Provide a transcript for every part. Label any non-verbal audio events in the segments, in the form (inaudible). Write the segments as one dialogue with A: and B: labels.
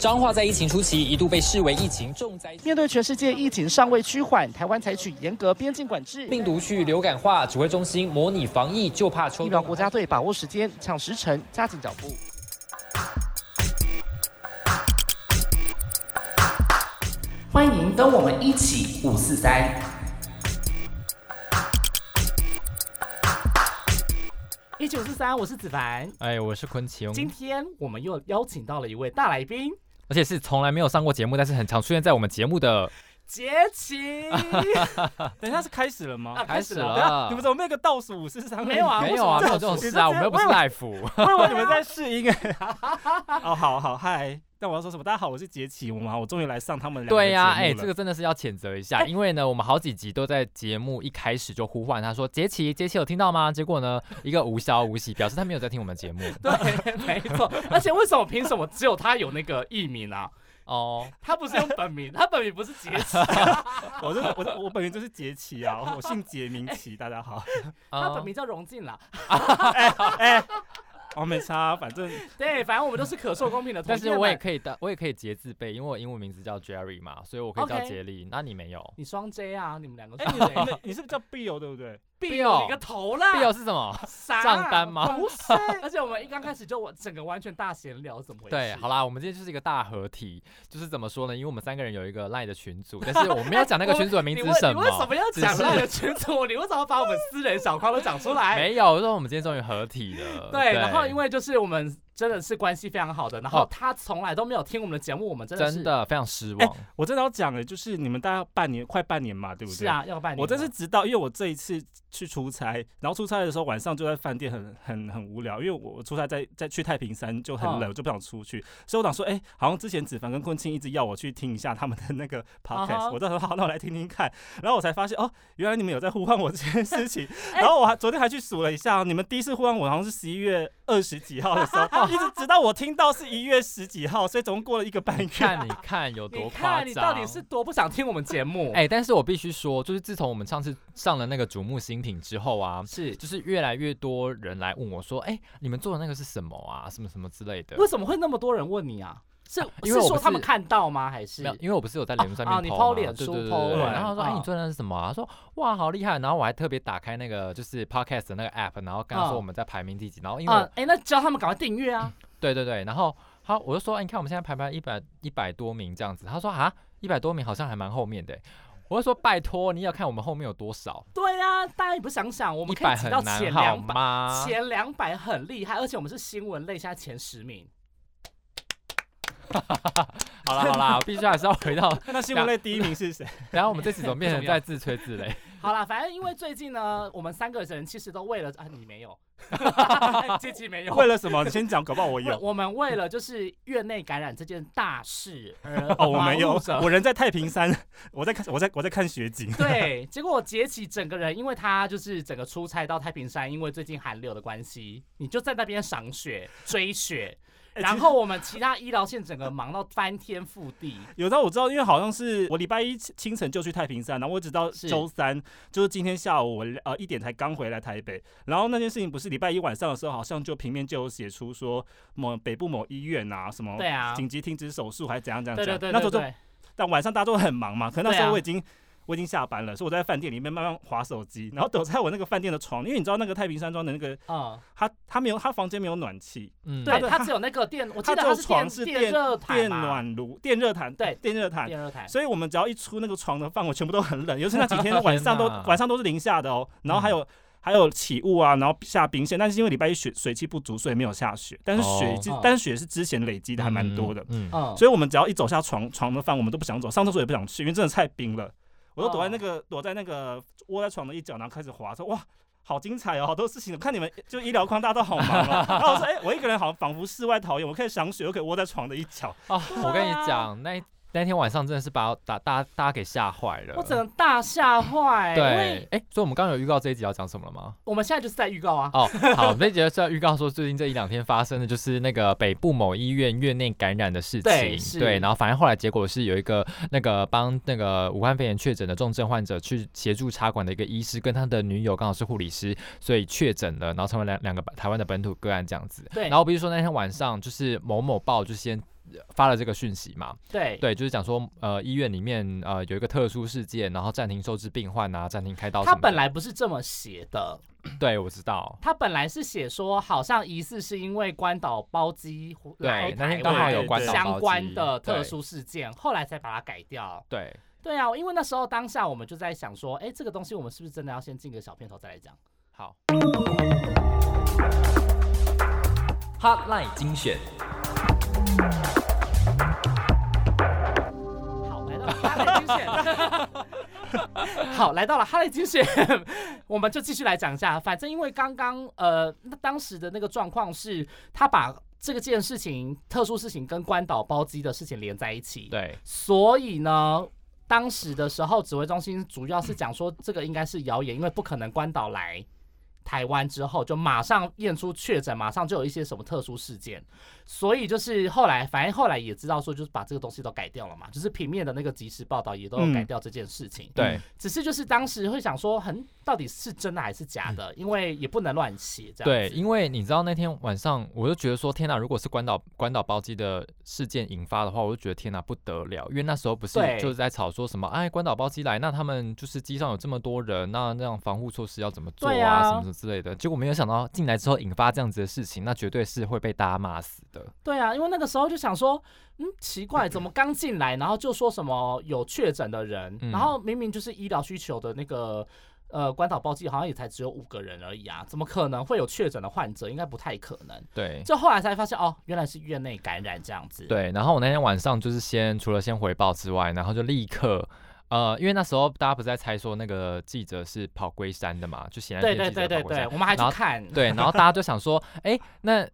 A: 彰化在疫情初期一度被视为疫情重灾。
B: 面对全世界疫情尚未趋缓，台湾采取严格边境管制，
A: 病毒去流感化，指挥中心模拟防疫，就怕抽。
B: 疫苗国家队把握时间，抢时辰，加紧脚步。欢迎跟我们一起五四三。一九四三，我是子凡。
A: 哎，我是昆奇翁，
B: 今天我们又邀请到了一位大来宾，
A: 而且是从来没有上过节目，但是很常出现在我们节目的。
B: 杰奇。
C: 等一下是开始了吗？
B: 啊
A: 开始了
C: 等一下你们怎么没有个倒数五四三？
B: 没有啊
A: 没有啊，没有这种事啊，我们又不是 (laughs) 啊 live。
C: 我以为你们在试音哎。 (laughs) 哦，好好嗨，但我要说什么？大家好，我是杰奇，我们我终于来上他们两个
A: 对呀、
C: 呀、
A: 哎、这个真的是要谴责一下，因为呢，我们好几集都在节目一开始就呼唤他说：“杰奇，杰奇有听到吗？”结果呢，一个无消无息，表示他没有在听我们节目。
B: (laughs) 对，没错。而且为什么凭什么只有他有那个艺名啊？
A: 哦，
B: 他不是用本名， (laughs) 他本名不是杰奇，
C: 我真的我真我本人就是杰奇啊，我我姓杰明奇，大
A: (laughs)
C: 家好。
B: 他
A: 嗯
B: 本名叫荣静啦。
C: 哎、哦没差，反正
B: 对，反正我们都是可受公平的同
A: 但
B: 学
A: 是
B: 们。
A: 我也可以的，我也可以杰字辈，因为我英文名字叫 Jerry 嘛，所以我可以叫
B: OK
A: 杰利。那你没有
B: 你双 J 啊，你们两个
C: 哎、
B: 双
C: 你
B: J，
C: 你你是不是叫 Bill 哦对不对？
B: 必
A: 必有
B: 有你个头啦！
A: 必有是什么？
B: 啥啊
A: 账单吗 (laughs)
B: 不是，而且我们一刚开始就完整个完全大闲聊，怎么回事？
A: 对，好啦，我们今天就是一个大合体，就是怎么说呢？因为我们三个人有一个 line 的群组，但是我们要讲那个群组的名
B: 你
A: 字
B: 为
A: 是什
B: 你为什么要
A: 只
B: 讲
A: 是
B: 那个群组？你为什么把我们私人小框都讲出来？
A: 没有，我说我们今天终于合体了。
B: (laughs) 对，然后因为就是我们真的是关系非常好的，然后
A: 哦
B: 他从来都没有听我们的节目，我们真的是哎
A: 真的非常失望。 (laughs)
C: 我真的要讲的，就是你们大概半年快半年嘛，对不对？
B: 是啊，要办
C: 我真是直到，因为我这一次去出差，然后出差的时候晚上就在饭店很很很无聊，因为我出差在在去太平山就
A: 哦
C: 很冷，
B: 嗯
C: 我就不想出去，所以我想说，哎、好像之前子凡跟昆庆一直要我去听一下他们的
A: (laughs)
C: 那
A: 哦
C: 个 podcast，、
B: 哈，
C: 我到时候好，那我来听听看，然后我才发现哦，原来你们有在呼唤我这件
A: (laughs)
C: 事情然后我还昨天还去数了一下，你们第一次呼唤我好像是十一月二十几号的时
A: (laughs)
C: 候，一直直到我听到是一月十几号，所以总共过了一个半
A: 你
C: 月。
A: 看，你看有多
B: (laughs) 你
A: 夸张？
B: 看你到底是多不想听我们节目？
A: (laughs) 哎、但是我必须说，就是自从我们上次上了那个瞩目新品之后啊，
B: 是
A: 就是越来越多人来问我说，哎、你们做的那个是什么啊？什么什么之类的。
B: 为什么会那么多人问你啊？是
A: 因为我
B: 是说
A: 不是
B: 他们看到吗？还是
A: 没有，因为我不是有在脸书上面
B: 啊啊你
A: po 嘛
B: po 脸
A: 对
B: 书
A: 对对
B: po
A: 对对
C: 文
A: 然后说，哎、
B: 啊
A: 你做的那是什么、啊？他说，哇，好厉害！然后我还特别打开那个就是 podcast 的那个 app，然后跟他
B: 啊
A: 说我们在排名第几，然后因为我、嗯
B: 啊？哎、那叫他们赶快订阅啊！
A: 对对对，然后他我就说，哎、你看我们现在排排一百一百多名这样子，他说啊，一百多名好像还蛮后面的欸、我就说拜托，你要看我们后面有多少，
B: (laughs) 对啊，大家也不想想，我
A: 我
B: 们可
A: 百
B: 以挤
A: 很
B: 到
A: 难
B: 前
A: 好
B: 两百，
A: 吗？
B: 前两百很厉害，而且我们是新闻类现在前十名。
A: 好啦 (laughs) 好啦，我必须还是要回到，
C: 那新闻类第一名
A: (laughs)
C: 是谁？
A: 然后我们这次怎么变
B: 不
A: 成
B: 重
A: 在
B: 要
A: 自吹自擂？
B: 好啦，反正因为最近呢，我们三个人其实都为了啊，你没
A: (laughs)
B: 有， (laughs) 这期没有，
C: 为了什么？你先讲，搞不好我有。
B: 我们为了就是院内感染这件大事而
C: 哦，我没
B: (laughs) 忙
C: 有
B: 碌着，
C: 我人在太平山，我在看，我在我在看雪景。 (laughs)
B: 对，结果杰奇整个人，因为他就是整个出差到太平山，因为最近寒流的关系，你就在那边赏雪、追雪，
C: 哎
B: 然后我们其他医疗线整个忙到翻天覆地。
C: 有时候我知道，因为好像是我礼拜一清清晨就去太平山，然后我直到
B: 是
C: 周三，就是今天下午我呃一点才刚回来台北。然后那件事情不是礼拜一晚上的时候，好像就平面就有写出说某北部某医院啊什么
B: 对啊，
C: 紧急停止手术还是怎样怎样
B: 对
C: 怎
B: 对
C: 样。
B: 对
C: 那
B: 对
C: 时候
B: 对
C: 就但晚上大家都很忙嘛，可能那时
B: 对啊
C: 候我已经、我已经下班了，所以我在饭店里面慢慢划手机，然后躲在我那个饭店的床，因为你知道那个太平山庄的那个
B: 嗯，
C: 他他没有他房间没有暖气，
A: 嗯，
B: 对，
C: 的
B: 他只有那个电，我记
C: 它
B: 得
C: 只有
B: 是
C: 床
B: 电
C: 是
B: 电
C: 电
B: 热毯
C: 电
B: 嘛
C: 暖炉、电热毯，
B: 对
C: 电热毯。
B: 电热毯。
C: 所以我们只要一出那个床的范围，全部都很冷，尤其那几
A: (laughs)
C: 天晚上都
A: 天哪嗯
C: 晚上都是零下的哦。然后还有、还有起雾啊，然后下冰线，但是因为礼拜一雪水汽不足，所以没有下雪。但是雪
A: 哦
C: 已经、
B: 哦
C: 但是雪是之前累积的，还蛮多的。
A: 嗯，嗯，
B: 嗯，
C: 所以我们只要一走下床床的饭，我们都不想走，上厕所也不想去，因为真的太冰了。我就躲
B: 哦
C: 在那个、躲在那个窝在床的一角，然后开始滑，说哇。好精彩哦，好多事情！我看你们就医疗框，大家都好忙
B: (laughs)
C: 哦。然后我说，哎、我一个人好像仿佛世外桃源，我可以赏雪，又可以窝在床的一角。
A: 哦，我跟你
B: 对啊
A: 讲，那一那天晚上真的是把我打大大家给吓坏了，
B: 我整个大吓坏，因
A: 对
B: 为，
A: 哎，所以我们刚刚有预告这一集要讲什么了
B: (laughs)
A: 吗？
B: 我们现在就是在预告啊，
A: 哦，好，我们这一集就是要预告说最近这一两天发生的就是那个北部某医院院内感染的事情，
B: 对是
A: 然后反正后来结果是有一个那个帮那个武汉肺炎确诊的重症患者去协助插管的一个医师，跟他的女友刚好是护理师，所以确诊了，然后成为两两个台湾的本土个案这样子。
B: 对
A: 然后比如说那天晚上就是某某报就先。发了这个讯息嘛，
B: 对
A: 对，就是讲说呃医院里面呃有一个特殊事件，然后暂停收治病患啊，暂停开刀什么
B: 他
A: 的。
B: 本来不是这么写的，
A: 对我知道，
B: 他本来是写说好像疑似是因为关岛包机来
A: 对那天
B: 台
A: 刚好
B: 湾
A: 有关岛包
B: 相关
A: 机
B: 的特
A: 对
B: 殊事件，后来才把它改掉。
A: 对
B: 对啊，因为那时候当下我们就在想说，哎，这个东西我们是不是真的要先进个小片头再来讲？
A: 好。Hotline 精选，
B: 好，来到了哈雷精选。 (laughs) 好，来到了哈雷精选，我们就继续来讲一下。反正因为刚刚呃，那当时的那个状况是，他把这个件事情、特殊事情跟关岛包机的事情连在一起。
A: 对
B: 所以呢，当时的时候，指挥中心主要是讲说这个应该是谣言，因为不可能关岛来台湾之后就马上验出确诊，马上就有一些什么特殊事件。所以就是后来，反正后来也知道说，就是把这个东西都改掉了嘛，就是平面的那个即时报道也都有改掉这件事情。
A: 嗯对
B: 只是就是当时会想说，很到底是真的还是假的，因为也不能乱写这样。
A: 对，，因为你知道那天晚上，我就觉得说，天哪！如果是关岛关岛包机的事件引发的话，我就觉得天哪不得了，因为那时候不是
B: 对
A: 就是在吵说什么，哎，关岛包机来，那他们就是机上有这么多人，那那样防护措施要怎么做
B: 对
A: 啊，
B: 啊
A: 什么什么之类的。结果没有想到进来之后引发这样子的事情，那绝对是会被大家骂死的。
B: 对啊，因为那个时候就想说，嗯，奇怪，怎么刚进来，然后就说什么有确诊的人，
A: 嗯
B: 然后明明就是医疗需求的那个呃关岛报记好像也才只有五个人而已啊，怎么可能会有确诊的患者？应该不太可能。
A: 对，
B: 就后来才发现，哦，原来是院内感染这样子。，
A: 对，然后我那天晚上就是先除了先回报之外，然后就立刻。呃，因为那时候大家不是在猜说那个记者是跑龟山的嘛，就显然
B: 对
A: 记者
B: 对对对
A: 跑龟
B: 对，
A: 山
B: 我们还去
A: 然后
B: 看， (laughs)
A: 对，然后大家就想说，哎、那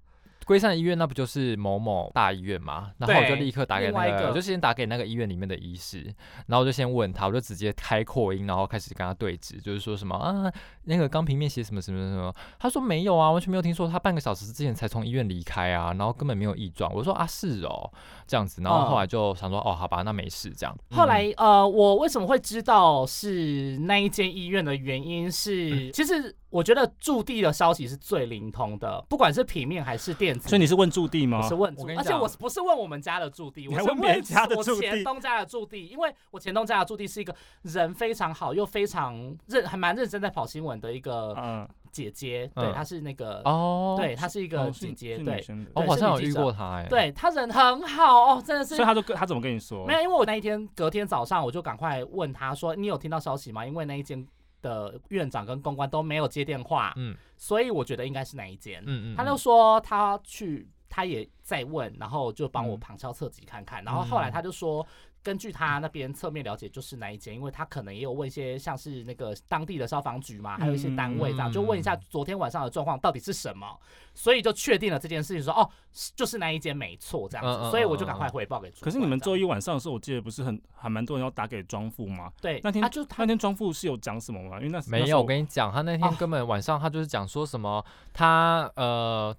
A: 龟山医院那不就是某某大医院嘛？然后我就
B: 对
A: 立刻打给
B: 另
A: 那
B: 外一
A: 个，
B: 个
A: 我就先打给那个医院里面的医师，然后我就先问他，我就直接开扩音，然后开始跟他对峙，就是说什么啊，那个钢平面写什么什么什么，他说没有啊，完全没有听说，他半个小时之前才从医院离开啊，然后根本没有异状。我说啊，是哦，这样子，然后后来就想说，哦，好吧，那没事这样。
B: 嗯
A: 嗯
B: 后来，呃，我为什么会知道是那一间医院的原因
A: 嗯
B: 是，其实我觉得驻地的消息是最灵通的，不管是平面还是电子。
C: 所以你是问驻地
B: 我
C: 吗
B: 是？问
A: 我
B: 驻
A: 跟，你
B: 而且
A: 讲
B: 我是不是问我们家的驻地，
C: 你
B: 我
C: 还
B: 是
C: 问别人家的
B: 我
C: 驻地
B: 前东家的驻地，因为我前东家的驻地是一个人非常好又非常认还蛮认真在跑新闻的一个
C: 嗯，
B: 姐姐，
A: 嗯
B: 对，她是那个，
A: 哦，
B: 对，，她是一个
C: 哦
B: 姐
C: 是
B: 姐，
C: 是女
B: 对
C: 生的
A: 哦，
B: 对
A: 我好
B: 是
A: 像
B: 女
A: 有
B: 记
A: 遇
B: 者
A: 过他、哎，
B: 对，她人很好哦，真的是
C: 所以他就跟他怎么跟你说？
B: 没有，因为我那一天隔天早上我就赶快问他说：“你有听到消息吗？”因为那一间的院长跟公关都没有接电话，
A: 嗯
B: 所以我觉得应该是哪一间。
A: 嗯嗯，
B: 他
A: 嗯
B: 就说他去，他也在问，然后就帮我
C: 嗯
B: 旁敲侧击看看。然后后来他就说，嗯根据他那边侧面了解，就是哪一间，因为他可能也有问一些像是那个当地的消防局嘛，还有一些单位这样，
A: 嗯
B: 就问一下昨天晚上的状况到底是什么，所以就确定了这件事情说，哦，是就是那一间没错这样
A: 嗯嗯嗯
B: 子，所以我就
A: 嗯
B: 赶快
A: 嗯
B: 回报给主管这样。
C: 可是你们周一晚上的时候，我记得不是很还蛮多人要打给庄富吗？
B: 对，
C: 那天
B: 啊、就他
C: 那天庄富是有讲什么吗？因为那
A: 没有，我跟你讲，他那天
B: 啊
A: 根本晚上他就是讲说什么，他呃，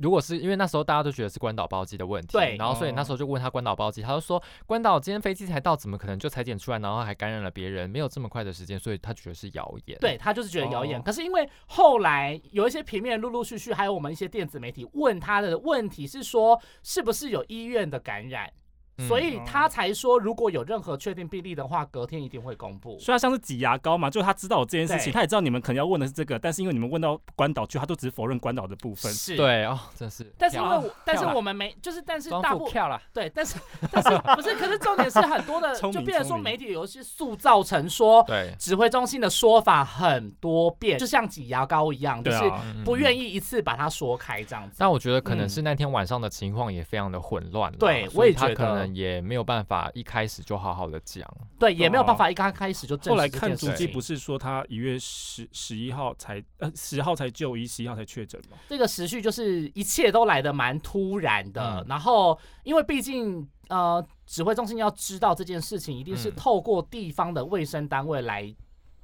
A: 如果是因为那时候大家都觉得是关岛包机的问题，
B: 对哦
A: 然后所以那时候就问他关岛包机，他就说关岛今天飞机才到，怎么可能就裁剪出来，然后还感染了别人，没有这么快的时间，所以他觉得是谣言。
B: 对他就是觉得谣言。
C: 哦
B: 可是因为后来有一些平面陆陆续续，还有我们一些电子媒体问他的问题是说，是不是有医院的感染？
A: 嗯，
B: 所以他
C: 哦
B: 才说，如果有任何确定病例的话，隔天一定会公布。
C: 所以他像是挤牙膏嘛，就他知道我这件事情，
B: 对
C: 他也知道你们可能要问的是这个，但是因为你们问到关岛去，他都只是否认关岛的部分。
B: 是，。
A: 对哦，真是。
B: 但是因为
A: 跳
B: 我，但是
C: 跳了
B: 我们没，就是但是
A: 装
B: 大
A: 副
B: 部
A: 跳了，
B: 对，但是但是不是？可是重点是很多
C: (laughs)
B: 的，
C: 聪
B: 就
C: 明
B: 变成说
C: 聪明
B: 媒体有一些塑造成说
A: 对，
B: 指挥中心的说法很多变，就像挤牙膏一样，就
C: 对
B: 是
C: 啊，
B: 不
A: 意。
B: 愿意一次把它说开这样子。
A: 嗯但我觉得可能
B: 嗯
A: 是那天晚上的情况也非常的混乱啦，
B: 对
A: 所
B: 我
A: 以
B: 也
A: 他
B: 觉
A: 可
B: 得
A: 能也没有办法一开始就好好的讲，
B: 对，也没有
C: 哦
B: 办法一刚开始就证
C: 后来
B: 实这件
C: 看
B: 事
C: 足迹
B: 情
C: 不是说他一月十十一号才呃十号才就医，十一号才确
B: (laughs)
C: 诊吗？
B: 这个时序就是一切都来得蛮突然的，
A: 嗯
B: 然后因为毕竟呃指挥中心要知道这件事情，一定是
A: 嗯
B: 透过地方的卫生单位来。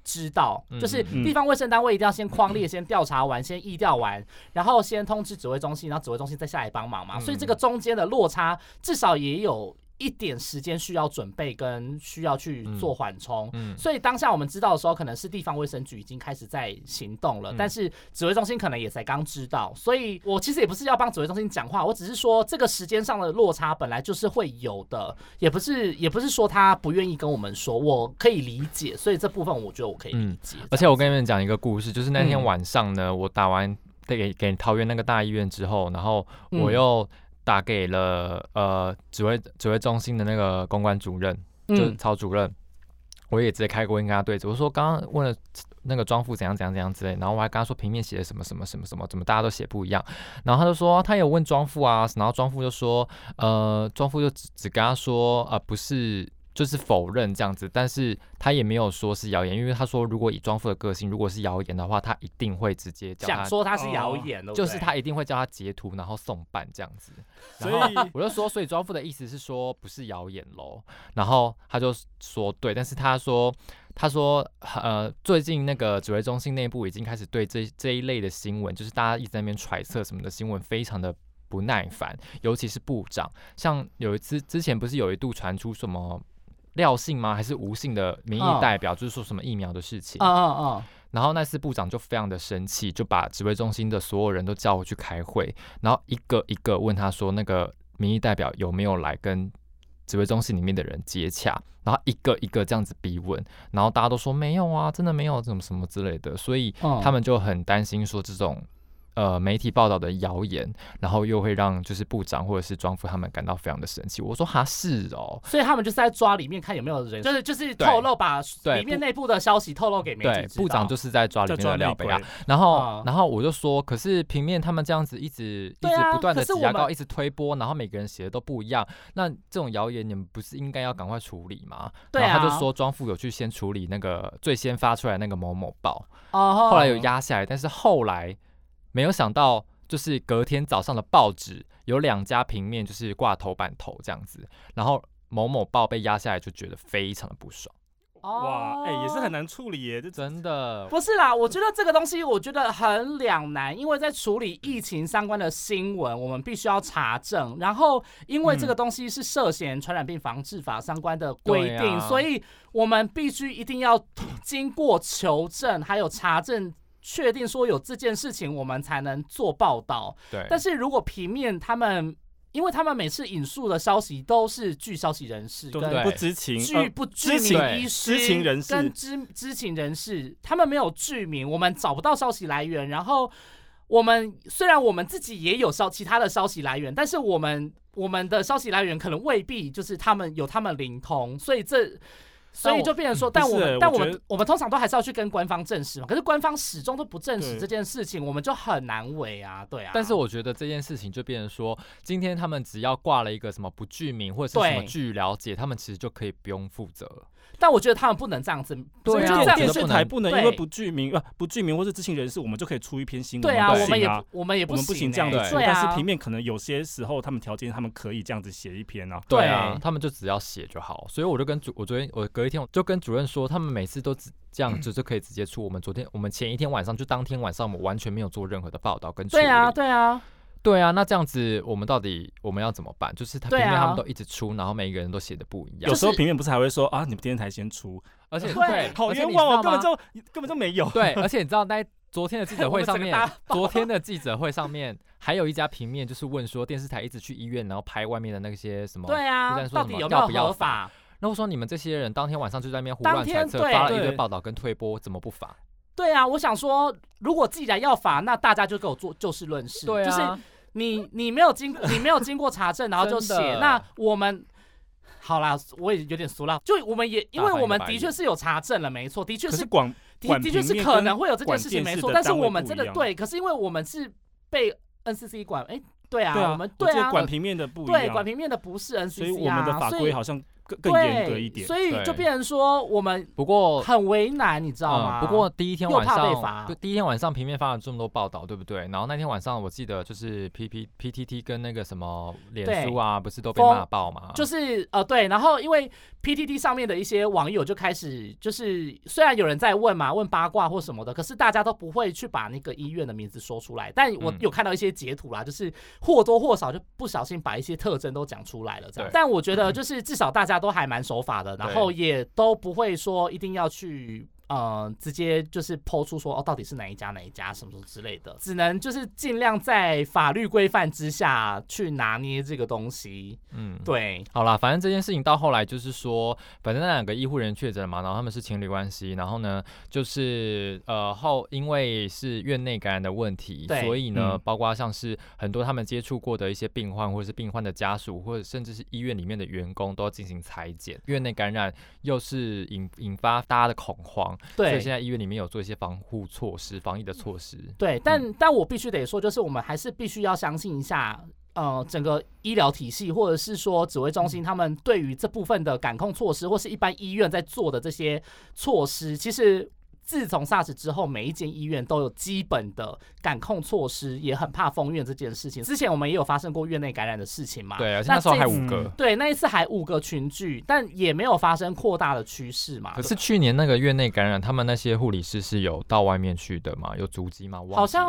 B: 知道，
A: 嗯
B: 就是
A: 嗯
C: 嗯
B: 地方卫生单位一定要先框列、先调查完、先议调完，然后先通知指挥中心，然后指挥中心再下来帮忙嘛。
A: 嗯
B: 所以这个中间的落差至少也有一点时间需要准备跟需要去做缓冲。
A: 嗯，
B: 所以当下我们知道的时候，可能是地方卫生局已经开始在行动了，
A: 嗯
B: 但是指挥中心可能也才刚知道，所以我其实也不是要帮指挥中心讲话，我只是说这个时间上的落差本来就是会有的，也不是也不是说他不愿意跟我们说，我可以理解，所以这部分我觉得我可以理解。
A: 嗯而且我跟你们讲一个故事，就是那天
B: 嗯
A: 晚上呢，我打完给给桃园那个大医院之后，然后
B: 嗯
A: 我又打给了呃指挥指挥中心的那个公关主任，就是
B: 嗯
A: 曹主任，我也直接开过音跟他对峙，我说刚刚问了那个庄副怎样怎样怎样之类，然后我还跟他说平面写的什么什么什么什么，怎么大家都写不一样，然后他就说他有问庄副啊，然后庄副就说呃庄副就只只跟他说呃不是。就是否认这样子，但是他也没有说是谣言，因为他说如果以庄副的个性，如果是谣言的话，他一定会直接叫
B: 讲
A: 他，
B: 说他是谣言，对不对
A: 哦就是他一定会叫他截图，然后送办这样子。
C: 所
A: 然
C: 以
A: 后我就说，所以庄副的意思是说不是谣言喽。然后他就说对，但是他说他说呃，最近那个指挥中心内部已经开始对这这一类的新闻，就是大家一直在那边揣测什么的新闻，非常的。不耐烦，尤其是部长，像有一次之前不是有一度传出什么廖姓吗？还是吴姓的民
B: 嗯
A: 意代表，就是说什么疫苗的事情。
B: 嗯嗯嗯，
A: 然后那次部长就非常的生气，就把指挥中心的所有人都叫回去开会，然后一个一个问他说那个民意代表有没有来跟指挥中心里面的人接洽，然后一个一个这样子逼问，然后大家都说没有啊，真的没有什么什么之类的，所以
B: 嗯
A: 他们就很担心说这种。呃，媒体报道的谣言，然后又会让就是部长或者是庄副他们感到非常的生气。我说哈是哦，
B: 所以他们就是在抓里面看有没有人，就是就是
A: 对
B: 透露把
A: 对
B: 里面内部的消息透露给媒体
A: 对
B: 知，道
A: 部长就是在抓里
C: 在
A: 面
C: 抓
A: 的
C: 内
A: 廖北
C: 鬼
A: 亚，，然后，
B: 啊
A: 然后我就说，可是平面他们这样子一直一
B: 对啊
A: 直不断的
B: 可是
A: 挤
B: 我
A: 牙膏，
B: 们
A: 一直推波，然后每个人写的都不一样，那这种谣言你们不是应该要赶快处理吗？
B: 对
A: 然后他
B: 啊
A: 就说庄副有去先处理那个最先发出来那个某某报，
B: 哦，
A: 后来有压下来，但是后来没有想到，就是隔天早上的报纸有两家平面就是挂头版头这样子，然后某某报被压下来就觉得非常的不爽，
B: 哦
C: 哇，哎、也是很
B: 难。
C: 难处理耶，这
A: 真的，
B: 不是啦，我觉得这个东西我觉得很两难，因为在处理疫情相关的新闻，我们必须要查证，然后因为
A: 嗯
B: 这个东西是涉嫌传染病防治法相关的规
A: 对
B: 定，
A: 啊
B: 所以我们必须一定要经过求证，还有查证。确定说有这件事情，我们才能做报道。
A: 对，
B: 但是如果平面他们，因为他们每次引述的消息都是据消息人士
C: 都
B: 跟
A: 对
C: 不知情，
B: 据
C: 呃
B: 不具
C: 知
A: 情
B: 名医师、
C: 知情人士
B: 跟知知情人士，他们没有剧名，我们找不到消息来源。然后我们虽然我们自己也有消其他的消息来源，但是我们我们的消息来源可能未必就是他们有他们灵通，所以这。所以就变成说，但
C: 不是
B: 我们
C: 欸
B: 但
C: 我
B: 我
C: 觉
B: 们
C: 得
B: 我们通常都还是要去跟官方证实嘛，可是官方始终都不证实
C: 对
B: 这件事情，我们就很难为啊，对啊。
A: 但是我觉得这件事情就变成说，今天他们只要挂了一个什么不具名或者是什么
B: 对
A: 据了解，他们其实就可以不用负责了。
B: 但我觉得他们不能这样子，
A: 对啊
B: 就是这
A: 我觉
B: 样
A: 得
C: 电
A: 不
C: 视
A: 能
C: 台不能因为
B: 对
C: 不具名呃不具名或是知情人士，我们就可以出一篇新闻，
B: 对啊，
A: 不
B: 我们
C: 行
B: 也
C: 啊。
B: 我们也
C: 我们不行这样
B: 子
C: 子
A: 欸
C: 出，
B: 对啊。
C: 但是平面可能有些时候他们条件他们可以这样子写一篇啊，
B: 对
A: 啊，他们就只要写就好。所以我就跟主，我昨天我隔一天我就跟主任说，他们每次都只这样子就可以直接出。我们昨天我们前一天晚上就当天晚上我们完全没有做任何的报道跟处理。
B: 对啊，对啊，
A: 对啊，那这样子我们到底我们要怎么办？就是他
B: 对
A: 偏
B: 啊
A: 偏他们都一直出，然后每一个人都写的不一
C: 有
A: 样，
C: 时候
B: 就是
C: 平面不是还会说啊，你们电视台先出，
A: 而且
B: 对
A: 对，
C: 好
A: 而且
C: 冤
A: 你
C: 枉
A: 知
C: 哦，
A: 道
C: 根本
A: 吗
C: 就根本就没
B: (laughs)
C: 有。
A: 对，而且你知道那一昨天的记者
B: 我
A: 会
B: 们整
A: 上
B: 个
A: 面
B: 大，
A: 昨天的记者会上面还有一家平面，就是问说电视台一直去医院，然后拍外面的那些什么。
B: 对
A: 就
B: 啊
A: 在，说
B: 到
A: 什
B: 底
A: 么
B: 有没
A: 要
B: 有
A: 不要
B: 合法？
A: 然后说你们这些人当天晚上就在那边胡
B: 当
A: 乱揣
B: 天
A: 测，
B: 对
A: 发了一堆
C: 对
A: 报道跟推波，怎么不罚？
B: 对啊，我想说，如果既然要法，那大家就给我做就事论事，
A: 对
B: 就是
A: 啊，
B: 你你没
C: (laughs)
B: 有经你没有经过查证，然后就写
A: 真的，
B: 那我们。好啦，我也有点俗了，就我们也因为我们
A: 大翻一个白眼
B: 的确是有查证了，没错，的
C: (laughs)
B: 确
C: 可
B: 是
C: 是广
B: 的
C: 管
B: 的确
C: 平
B: 是
C: 面
B: 可
C: 跟
B: 能会有这件
C: 管
B: 事情
C: 电
B: 没
C: 视
B: 错，
C: 的
B: 但是
C: 单位
B: 我们
C: 不
B: 真
C: 一
B: 的
C: 样
B: 对，可是因为我们是被 NCC 管，哎、对啊，
C: 对啊，
B: 我们
C: 我
B: 对
C: 记得
B: 啊，
C: 管平面的不一
B: 对管
C: 样，
B: 平面的不是 NCC 啊，
C: 所以我们的法
B: 所以
C: 规好像更更
B: 对，
C: 严格一点。
B: 所以就
A: 对
B: 变成说我们
A: 不过。
B: 很为难，你知道
A: 嗯，
B: 吗？
A: 不过第一天
B: 啊又
A: 晚
B: 怕被
A: 上
B: 罚，
A: 对，第一天晚上平面发了这么多报道，对不对？然后那天晚上我记得就是 P P P T T 跟那个什么脸
B: 对
A: 书啊，不是都被
B: 疯
A: 骂爆吗？
B: 就是呃对，然后因为 PTT 上面的一些网友就开始，就是虽然有人在问嘛，问八卦或什么的，可是大家都不会去把那个医院的名字说出来。但我
A: 嗯
B: 有看到一些截图啦，就是或多或少就不小心把一些特征都讲出来了，这样
A: 对。
B: 但我
A: (laughs)
B: 觉得就是至少大家都还蛮守法的，然后也都不会说一定要去。呃，直接就是抛出说哦，到底是哪一家哪一家什么什么之类的，只能就是尽量在法律规范之下去拿捏这个东西。
A: 嗯，
B: 对，
A: 好啦，反正这件事情到后来就是说，反正那两个医护人员确诊了嘛，然后他们是情侣关系，然后呢，就是呃后因为是院内感染的问题，
B: 对
A: 所以呢，
C: 嗯
A: 包括像是很多他们接触过的一些病患，或者是病患的家属，或者甚至是医院里面的员工，都要进行裁剪。院内感染又是引引发大家的恐慌，所以
B: 对嗯
A: 现，在医院里面有做一些防护措施、防疫的措施。
B: 对，但、但我必须得说，就是我们还是必须要相信一下，呃，整个医疗体系或者是说指挥中
A: 嗯
B: 心他们对于这部分的感控措施，或是一般医院在做的这些措施，其实。自从 SARS 之后，每一间医院都有基本的感控措施，也很怕封院这件事情。之前我们也有发生过院内感染的事情嘛，
A: 对，而且那时候
B: 这
A: 还
B: 一次
A: 五个。
B: 对那一次还五个群聚，但也没有发生扩大的趋势嘛。
A: 可是去年那个院内感染，他们那些护理师是有到外面去的嘛？有足迹吗？我忘
B: 好
A: 记了
B: 像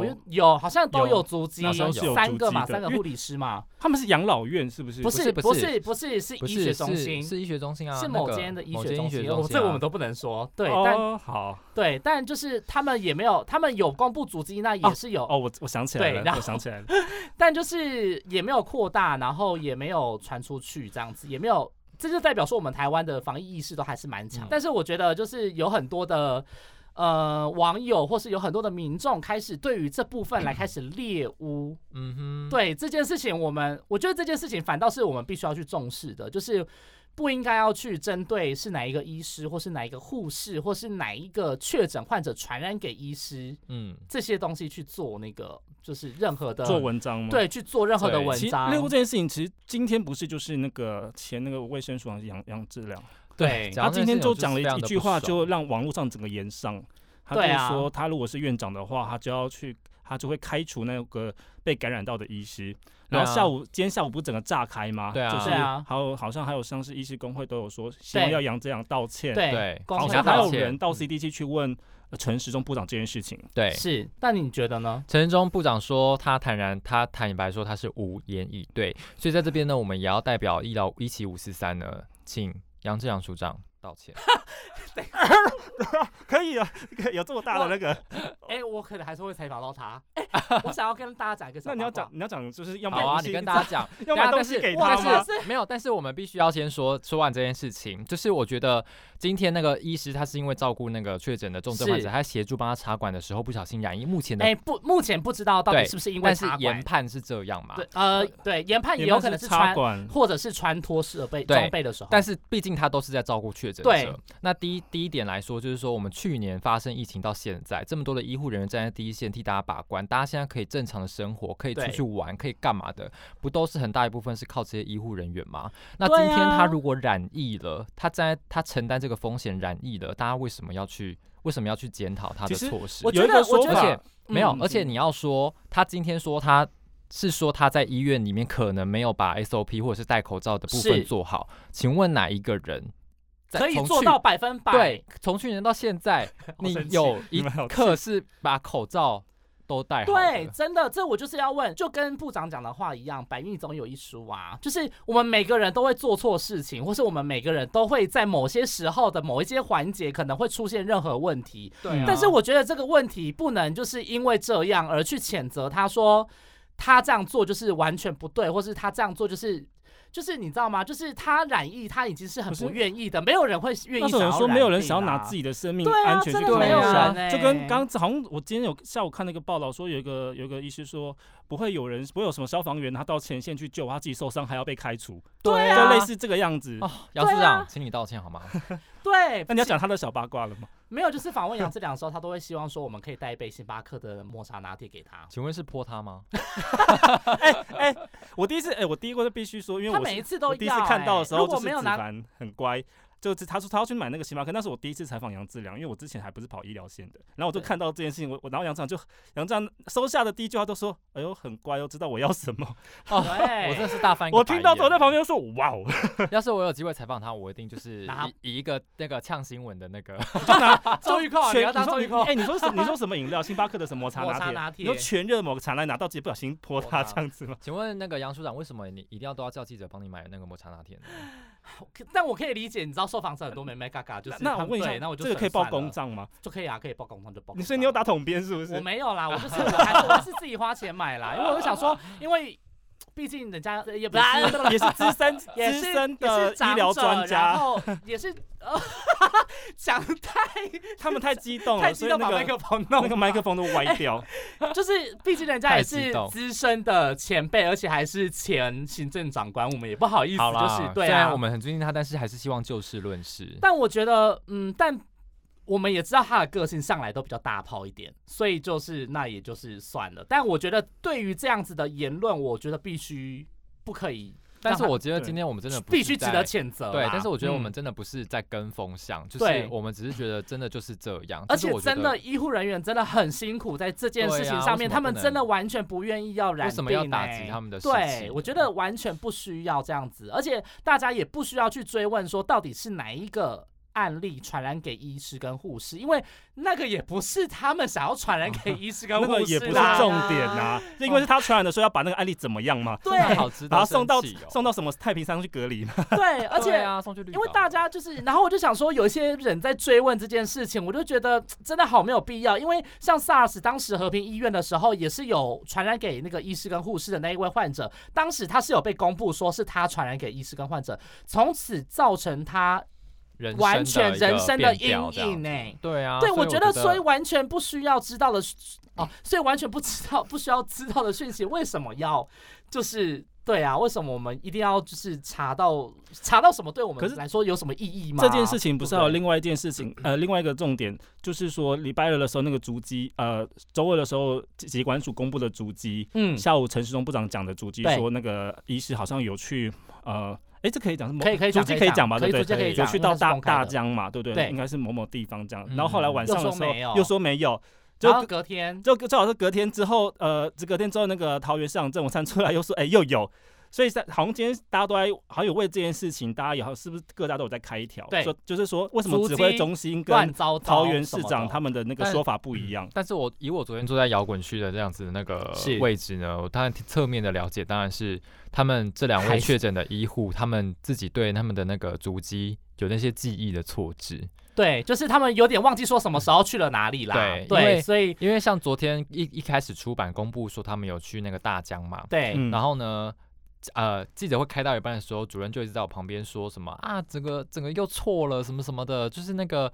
B: 我
C: 有
B: 有有，好像都
C: 有
B: 有足迹
C: 那时候是有，
B: 三个
C: 足迹
B: 嘛，
C: 的
B: 三个
C: 因为
B: 护理师嘛，
C: 他们是养老院是不是？
B: 不
A: 是
B: 是
A: 不
B: 不
A: 是
B: 是不是是
A: 不
B: 医
A: 是
B: 学中
A: 是
B: 心，
A: 是医学中心啊，
B: 是
A: 那
B: 某
A: 个
B: 间的医
A: 某
B: 学
A: 间
B: 中
A: 医
B: 心，
A: 学
B: 哦
A: 中心啊，
B: 这个我们都不能说，对，但
C: 哦，好
B: 对，但就是他们也没有，他们有公布足迹，那也
C: 哦
B: 是有，
C: 哦，我我想起来
B: 对
C: 了
B: 然，后
C: 我想起来了，
B: 但就是也没有扩大，然后也没有传出去，这样子也没有，这就代表说我们台湾的防疫意识都还是蛮强。
A: 嗯
B: 但是我觉得就是有很多的呃网友或是有很多的民众开始对于这部分来开始猎污。
A: 嗯哼，
B: 对这件事情，我们我觉得这件事情反倒是我们必须要去重视的，就是不应该要去针对是哪一个医师，或是哪一个护士，或是哪一个确诊患者传染给医师
A: 嗯，
B: 这些东西去做那个，就是任何的
C: 做文章吗？
B: 对去做任何的
A: 对
B: 文
C: 其实
B: 章
C: 猎。物这件事情，其实今天不是就是那个前那个卫生署长杨杨志良，
B: 对
A: 讲
C: 他
A: 到这
C: 今
A: 件事情
C: 天就
A: 我是
C: 讲了
A: 非常
C: 一
A: 的
C: 句
A: 不
C: 话，
A: 爽
C: 就让网络上整个延上。他
B: 对
C: 就
B: 啊
C: 说，他如果是院长的话，他就要去，他就会开除那个被感染到的医师。
A: 对
C: 然后
A: 啊
C: 下午，今天下午不是整个炸开吗？
A: 对啊
C: 就是
B: 对啊
C: 还有好像还有像是医师工会都有说，希望
B: 对
C: 要杨这样道歉。，
A: 对
B: 对，公
C: 好
A: 请
B: 开
A: 他道
C: 像还
B: 道
C: 有
A: 歉
C: 人到
A: 嗯
C: CDC 去问呃陈时中部长这件事情。
A: 对。
B: 是，那你觉得呢？
A: 陈时中部长说，他坦然，他坦白说他是无言以对，所以在这边呢，我们也要代表医疗一七五四三呢，请杨志阳署长道歉。
C: (laughs) 可以啊，有这么大的那个？
B: 哎、我可能还是会采访到他。 (laughs) 哎、我想要跟大家讲一个小
C: 那你
B: 八
C: 要
B: 卦
C: 讲，你要讲，就是要买
A: 好啊，
C: 东西
A: 你跟大家讲，
C: 要
A: 等下啊
C: 买东
A: 但
C: 西
A: 是
C: 给
B: 哇
C: 他
B: 是
C: 吗？
A: 没有，但是我们必须要先说说完这件事情，就是我觉得今天那个医师他是因为照顾那个确诊的重症患者，
B: 是
A: 他协助帮他插管的时候不小心染疫，目前的
B: 哎、不，目前不知道到底
A: 对
B: 是不是因为
A: 但是
B: 插
A: 研
B: 管。
A: 判是这样嘛？
B: 对，呃，对，研判也有可能是
C: 插
B: 穿
C: 管，
B: 或者是穿脱设备
A: 对
B: 装备的时候，
A: 但是毕竟他都是在照顾确诊
B: 对
A: 者。那第一第一点来说，就是说我们去年发生疫情到现在，这么多的医护人员站在第一线替大家把关，大家现在可以正常的生活，可以出
B: 对
A: 去玩，可以干嘛的，不都是很大一部分是靠这些医护人员吗？那
B: 对
A: 今天他
B: 啊
A: 如果染疫了，他站在他承担这个风险染疫了，大家为什么要去为什么要去检讨他的
C: 其实
A: 措施
B: 我？
C: 有一
B: 觉得
C: 个说
B: 我觉得
A: 而
C: 法
A: 且，没有，
B: 嗯
A: 而且你要说他今天说他是说他在医院里面可能没有把 SOP 或者是戴口罩的部分
B: 是
A: 做好，请问哪一个人在
B: 可以
A: 从
B: 做
A: 去
B: 到百分百。
A: 对，从去年到现
C: (laughs)
A: 在，你
C: 生气
A: 有一
C: 你们好气
A: 刻是把口罩都戴好
B: 对
A: 的
B: 真的，这我就是要问，就跟部长讲的话一样，百运总有一疏啊。就是我们每个人都会做错事情，或是我们每个人都会在某些时候的某一些环节可能会出现任何问题。
A: 对啊
B: 但是我觉得这个问题不能就是因为这样而去谴责他说他这样做就是完全不对，或是他这样做就是。就是你知道吗？就是他染疫，他已经是很
C: 可是
B: 不愿意的，没有人会愿
C: 那
B: 意
C: 时候
B: 想
C: 有
B: 要
C: 人说没有人
B: 染
C: 想要拿
B: 病啊
C: 自己的生命
B: 对啊
C: 安全去
B: 真
A: 的
C: 做
A: 没有
C: 下
B: 人欸
C: 就跟刚好像我今天有下午看那个报道说，有一个有一个医师说，不会有人不会有什么消防员他到前线去救，他自己受伤还要被开除，
B: 对
C: 就
B: 啊
C: 类似这个样子。
A: 哦，杨市
B: 对啊
A: 长，请你道歉好吗？
B: 对，
C: 那你要讲他的小八卦了吗？
B: 没有，就是访问杨志良的时候，他都会希望说我们可以带一杯星巴克的抹茶拿铁给他。
A: 请问是泼他吗？
C: 我第一次哎、我第一个就必须说，因为
B: 他
C: 我
B: 每
C: 是
B: 一次都要、
C: 我第一次看到的时候，
B: 欸如
C: 就
B: 果
C: 是
B: (laughs) 没有
C: 子
B: 拿，
C: 凡很乖，就是他说他要去买那个星巴克，那是我第一次采访杨志良，因为我之前还不是跑医疗线的。然后我就
A: 对
C: 看到这件事情，我我然后杨志良就杨志良收下的第一句话都说：“哎呦，很乖哦，知道我要什么。
A: 哦，
B: 对
A: 我真的是大翻”一个
C: 我
A: 白
C: 听到之后
A: 眼
C: 在旁边说：“哇哦！”
A: 要是我有机会采访他，我一定就是
B: 拿
A: 以以一个那个呛新闻的那个
C: 就拿
A: 周玉蔻，你
C: 全
A: 要当
C: 说
A: 周玉
C: 你
A: 蔻
C: 哎，你说
B: (laughs)
C: 什你说什么饮料？星巴克的什么抹茶
B: 抹茶拿
C: 拿
B: 铁
C: 铁？你说全热抹茶拿铁拿到自己不小心泼
A: 泼他
C: 它这样子吗？
A: 请问那个杨署长，为什么你一定要都要叫记者帮你买那个抹茶拿铁呢？
B: 可但我可以理解，你知道受访者很多妹妹嘎嘎，就是
C: 那
B: 他
C: 我
B: 们
C: 问一下
B: 对，那我就
C: 这个可以报
B: 算了
C: 公账吗？
B: 就可以啊，可以报公账就报公账。
C: 你所以你有打桶边是不
B: 我
C: 是？ (laughs)
B: 没有啦，我就是我还是我还是自己花钱买啦，因为我就
C: (laughs)
B: 想说，因为毕竟人家也不是
C: 也是资深
B: (laughs) 也
C: 资
B: 是
C: 深
B: 也
C: 的
B: 是
C: 医
B: 长
C: 疗
B: 者
C: 专
B: 然
C: 家，
B: 后也是呃 (laughs) 讲太
C: (laughs) 他们太激动
B: 太
C: 了，
B: 激
C: 所以
B: 动，把
C: 那
B: 麦克
C: 个
B: 风弄
C: 那个麦克风都歪
B: (laughs)
C: 掉。
B: 就是毕竟人家也
A: 太激
B: 是
A: 动
B: 资深的前辈，而且还是前行政长官，我们也不好意思，
A: 好
B: 就
A: 啦，
B: 是对
A: 虽然
B: 啊
A: 我。们很尊敬他，但是还是希望就事论事。
B: 但我觉得，嗯，但我们也知道他的个性向来都比较大炮一点，所以就是那也就是算了。但我觉得对于这样子的言论，我觉得必须不可以让
A: 但
B: 他，
A: 是我觉得
C: 对
A: 今天我们真的不
B: 必
A: 是
B: 须值
A: 在
B: 得谴责啦。
A: 对，但是我觉得我
B: 嗯
A: 们真的不是在跟风向，就
B: 对
A: 是我们只是觉得真的就是这样。
B: 而
A: 就是
B: 且
A: 我觉
B: 真
A: 得
B: 的，医护人员真的很辛苦，在这件事
A: 对
B: 情
A: 啊
B: 上
A: 为
B: 面，
A: 什么
B: 他们
A: 不能
B: 真的完全不愿意要染病、欸。
A: 为什么要打击他们的士气
B: 对，
C: 嗯
B: 我觉得完全不需要这样子，而且大家也不需要去追问说到底是哪一个案例传染给医师跟护士，因为那个也不是他们想要传染给医师
C: (laughs)
B: 跟
C: 那个
B: 护
C: 也
B: 士
C: 不是
B: 啦哦
C: 重点呐，因为是他传染的，所以要把那个案例怎么样嘛？
B: 对
A: 真的好知
C: 把
A: 道
C: 他送到
A: 生气哦
C: 送到什么太平山去隔离嘛？
B: 对，而
A: 对
B: 且
A: 啊，送去绿
B: 因为
A: 岛
B: 大家就是，然后我就想说，有一些人在追问这件事情，我就觉得真的好没有必要。因为像 SARS 当时和平医院的时候，也是有传染给那个医师跟护士的那一位患者，当时他是有被公布说是他传染给医师跟患者，从此造成他
A: 人生
B: 完
A: 的
B: 全
A: 一
B: 人
A: 个
B: 生的
A: 变
B: 阴
A: 调这样
B: 影呢、欸
A: 对啊，所
B: 对，
A: 以
B: 我
A: 我
B: 觉得所以完全不需要知道的哦，所以完全不知道不需要知道的讯息，为什么要就是对啊？为什么我们一定要就是查到查到什么对我
C: 可
B: 们
C: 是
B: 来说有什么意义吗？
C: 这件事情不是还有
B: 对
C: 另外一件事
B: (clears throat)
C: 情，呃，另外一个重点就是说，礼拜二的时候那个足迹，呃，周二的时候疾管署公布的足迹，
B: 不对嗯，
C: 下午陈时中部长讲的足迹
B: 对
C: 说那个医师好像有去，呃，哎，这可以讲是某
B: 可以可以
C: 足
B: 讲
C: 迹
B: 可以
C: 讲吧，
B: 可
C: 对
B: 以
C: 不对
B: 足迹可以？
C: 有
B: 讲
C: 去
B: 因为它
C: 到
B: 是
C: 大
B: 公开的
C: 大江嘛，对不
B: 对
C: 对？应该是某某地方这样
A: 嗯。
C: 然后后来晚上的时
B: 又说没有
C: 候又说没有，就
B: 然后隔天
C: 就正好是隔天之后，呃，这隔天之后那个桃园市长郑文灿出来又说，哎、又有，所以在好像今天大家都在好像有为这件事情，大家也好是不是各家都有在开一条，
B: 对
C: 说就是说为什么
B: 足迹
C: 指挥中心
B: 乱
C: 跟
B: 糟糟
C: 桃园市
B: 什么
C: 长
B: 的
C: 他们的那个
A: 但
C: 说法不一样？
A: 但是我以我昨天坐在摇滚区的这样子的那个
C: 是
A: 位置呢，我当然侧面的了解，当然是他们这两
B: 还
A: 位
B: 是
A: 确诊的医护，他们自己对他们的那个足迹有那些记忆的错置。
B: 对，就是他们有点忘记说什么时候去了哪里啦，
A: 对因
B: 对，
A: 为
B: 所以
A: 因为像昨天一一开始出版公布说他们有去那个大江嘛，
B: 对。
C: 嗯
A: 然后呢，呃，记者会开到一半的时候，主任就一直在我旁边说什么啊，整个整个又错了什么什么的，就是那个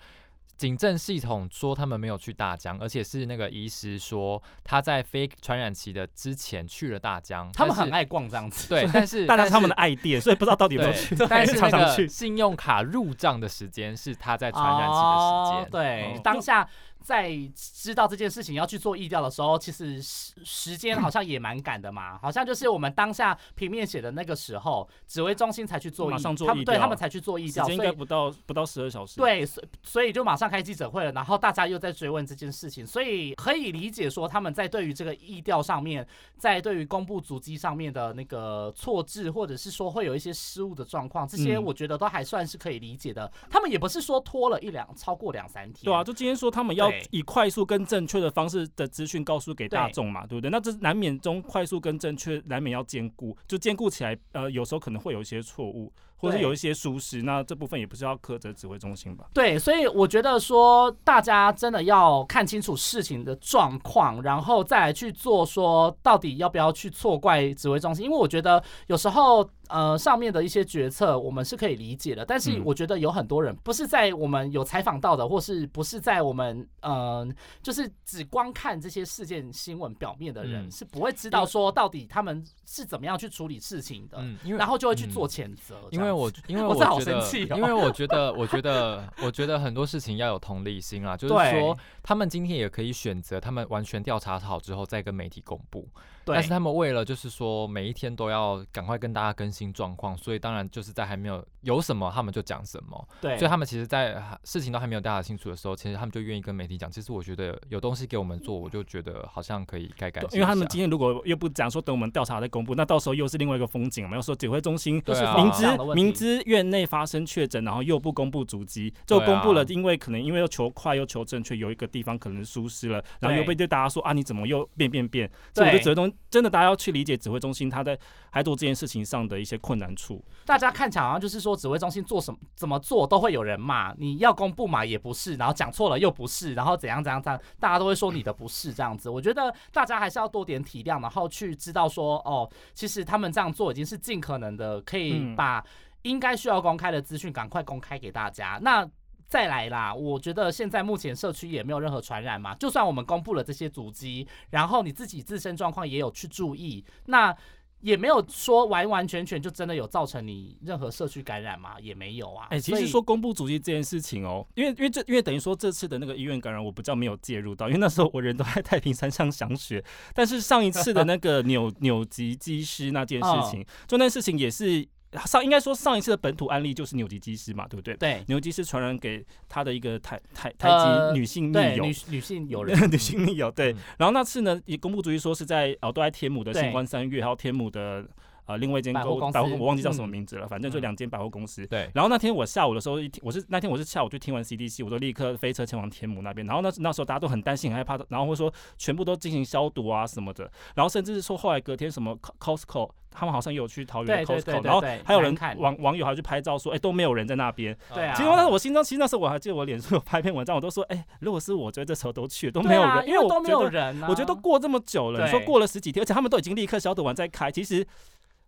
A: 警政系统说他们没有去大江，而且是那个医师说他在非传染期的之前去了大江，
B: 他们
A: 但是
B: 很爱逛这样子，
C: (laughs)
A: 对，但是
C: 大家
A: 但
C: 是他们的
A: 是
C: 爱店，所以不知道到底有没有
A: 对
C: 去，
A: 但是
C: (laughs) 常
A: 那
C: 常去
A: 个。信用卡入账的时间是他在传染期的
B: 哦
A: 时间，
B: 对
C: 哦，
B: 当下在知道这件事情要去做意调的时候，其实时时间好像也蛮赶的嘛，好像就是我们当下平面写的那个时候，指挥中心才去做
C: 马
B: 意
C: 上做
B: 他们
C: 意
B: 对
C: 调
B: 他们才去做意
C: 时
B: 调，
C: 间应
B: 所
C: 该
B: 以。
C: 不到不到十二小时。，
B: 对，所所以就马上开记者会了，然后大家又在追问这件事情，所以可以理解说他们在对于这个意调上面，在对于公布足迹上面的那个错置，或者是说会有一些失误的状况，这些
C: 嗯
B: 我觉得都还算是可以理解的。他们也不是说拖了一两超过两三天，
C: 对啊，就今天说他们要
B: 对
C: 以快速跟正确的方式的资讯告诉给大众嘛，对不对？那这难免中快速跟正确难免要兼顾，就兼顾起来，呃，有时候可能会有一些错误，或者
B: 对
C: 有一些疏失，那这部分也不是要苛责指挥中心吧？
B: 对，所以我觉得说，大家真的要看清楚事情的状况，然后再来去做说到底要不要去错怪指挥中心，因为我觉得有时候呃上面的一些决策我们是可以理解的，但是
A: 嗯
B: 我觉得有很多人不是在我们有采访到的，或是不是在我们呃就是只光看这些事件新闻表面的人、
A: 嗯
B: 是不会知道说到底他们是怎么样去处理事情的，
A: 嗯，因为
B: 然后就会去
A: 嗯
B: 做谴责这样子，
A: 因为我因为
B: (laughs) 我
A: 我
B: 真的好
A: 觉得，
B: 生气哦
A: 因为我觉
B: (laughs)
A: 得，我觉得，我觉得很多事情要有同理心啦，就是
B: 对
A: 说，他们今天也可以选择，他们完全调查好之后再跟媒体公布。
B: 对
A: 但是他们为了就是说每一天都要赶快跟大家更新状况，所以当然就是在还没有有什么他们就讲什么，
B: 对
A: 所以他们其实在，事情都还没有调查清楚的时候，其实他们就愿意跟媒体讲。其实我觉得有东西给我们做，我就觉得好像可以该感
C: 对
A: 谢一下。
C: 因为他们今天如果又不讲说等我们调查再公布，那到时候又是另外一个风景嘛。又说指挥中心
A: 对啊
C: 明
B: 这样
C: 知呃
B: 的问题
C: 明知院内发生确诊，然后又不公布足迹，就
A: 对啊
C: 公布了，因为可能因为又求快又求正确，有一个地方可能疏失了，然后又
B: 对
C: 被对大家说啊你怎么又变变变？所以我觉得
B: 对
C: 指挥中真的大家要去理解指挥中心他在还做这件事情上的一些困难处。
B: 大家看起来好像就是说指挥中心做什么怎么做都会有人骂，你要公布嘛也不是，然后讲错了又不是，然后怎样怎样怎样，大家都会说你的不是这样子。我觉得大家还是要多点体谅，然后去知道说哦，其实他们这样做已经是尽可能的可以
C: 嗯
B: 把应该需要公开的资讯赶快公开给大家。那再来啦，我觉得现在目前社区也没有任何传染嘛，就算我们公布了这些足迹，然后你自己自身状况也有去注意，那也没有说完完全全就真的有造成你任何社区感染嘛，也没有啊。
C: 哎、其
B: 所
C: 实
B: 以
C: 说公布足迹这件事情哦，因为因为这因为等于说这次的那个医院感染，我比较没有介入到，因为那时候我人都在太平山上想学。但是上一次的那个纽纽吉机师那件事
B: 哦
C: 情，就那事情也是上应该说上一次的本土案例就是纽吉机师嘛，对不对？
B: 对
C: 纽吉是传染给他的一个台台台
B: 呃
C: 籍女性密
B: 对
C: 友
B: 女，女性
C: (laughs)
B: 友人
C: 女性密友对
A: 嗯。
C: 然后那次呢，也公布足迹说是在哦都在天母的
B: 对
C: 星光三月，还有天母的呃另外一间
B: 百货
C: 购物
B: 公
C: 百货
B: 司
C: 我忘记叫什么
B: 嗯
C: 名字了，反正
A: 嗯
C: 就两间百货公司。
A: 对，
C: 然后那天我下午的时候一听，我是那天我是下午就听完 CDC，我就立刻飞车前往天母那边。然后那那时候大家都很担心、很害怕，然后会说全部都进行消毒啊什么的。然后甚至是说后来隔天什么 Co- Costco，他们好像也有去桃园的
B: 对对
C: Costco，
B: 对对
C: 然后
B: 对
C: 还有
B: 蛮
C: 人
B: 看
C: 网网友还去拍照说，哎、都没有人在那边。
B: 对
A: 嗯
B: 啊
C: 其实那时候我心中，其实那时候我还记得我脸书有拍篇文章，我都说，哎、如果是我，觉得这时候都去都没有
B: 对
C: 人，
B: 啊因
C: 为我
B: 都没
C: 觉
B: 有
C: 得
B: 人、啊，
C: 我觉得都过这么久了，你说
B: 对
C: 过了十几天，而且他们都已经立刻消毒完再开。其实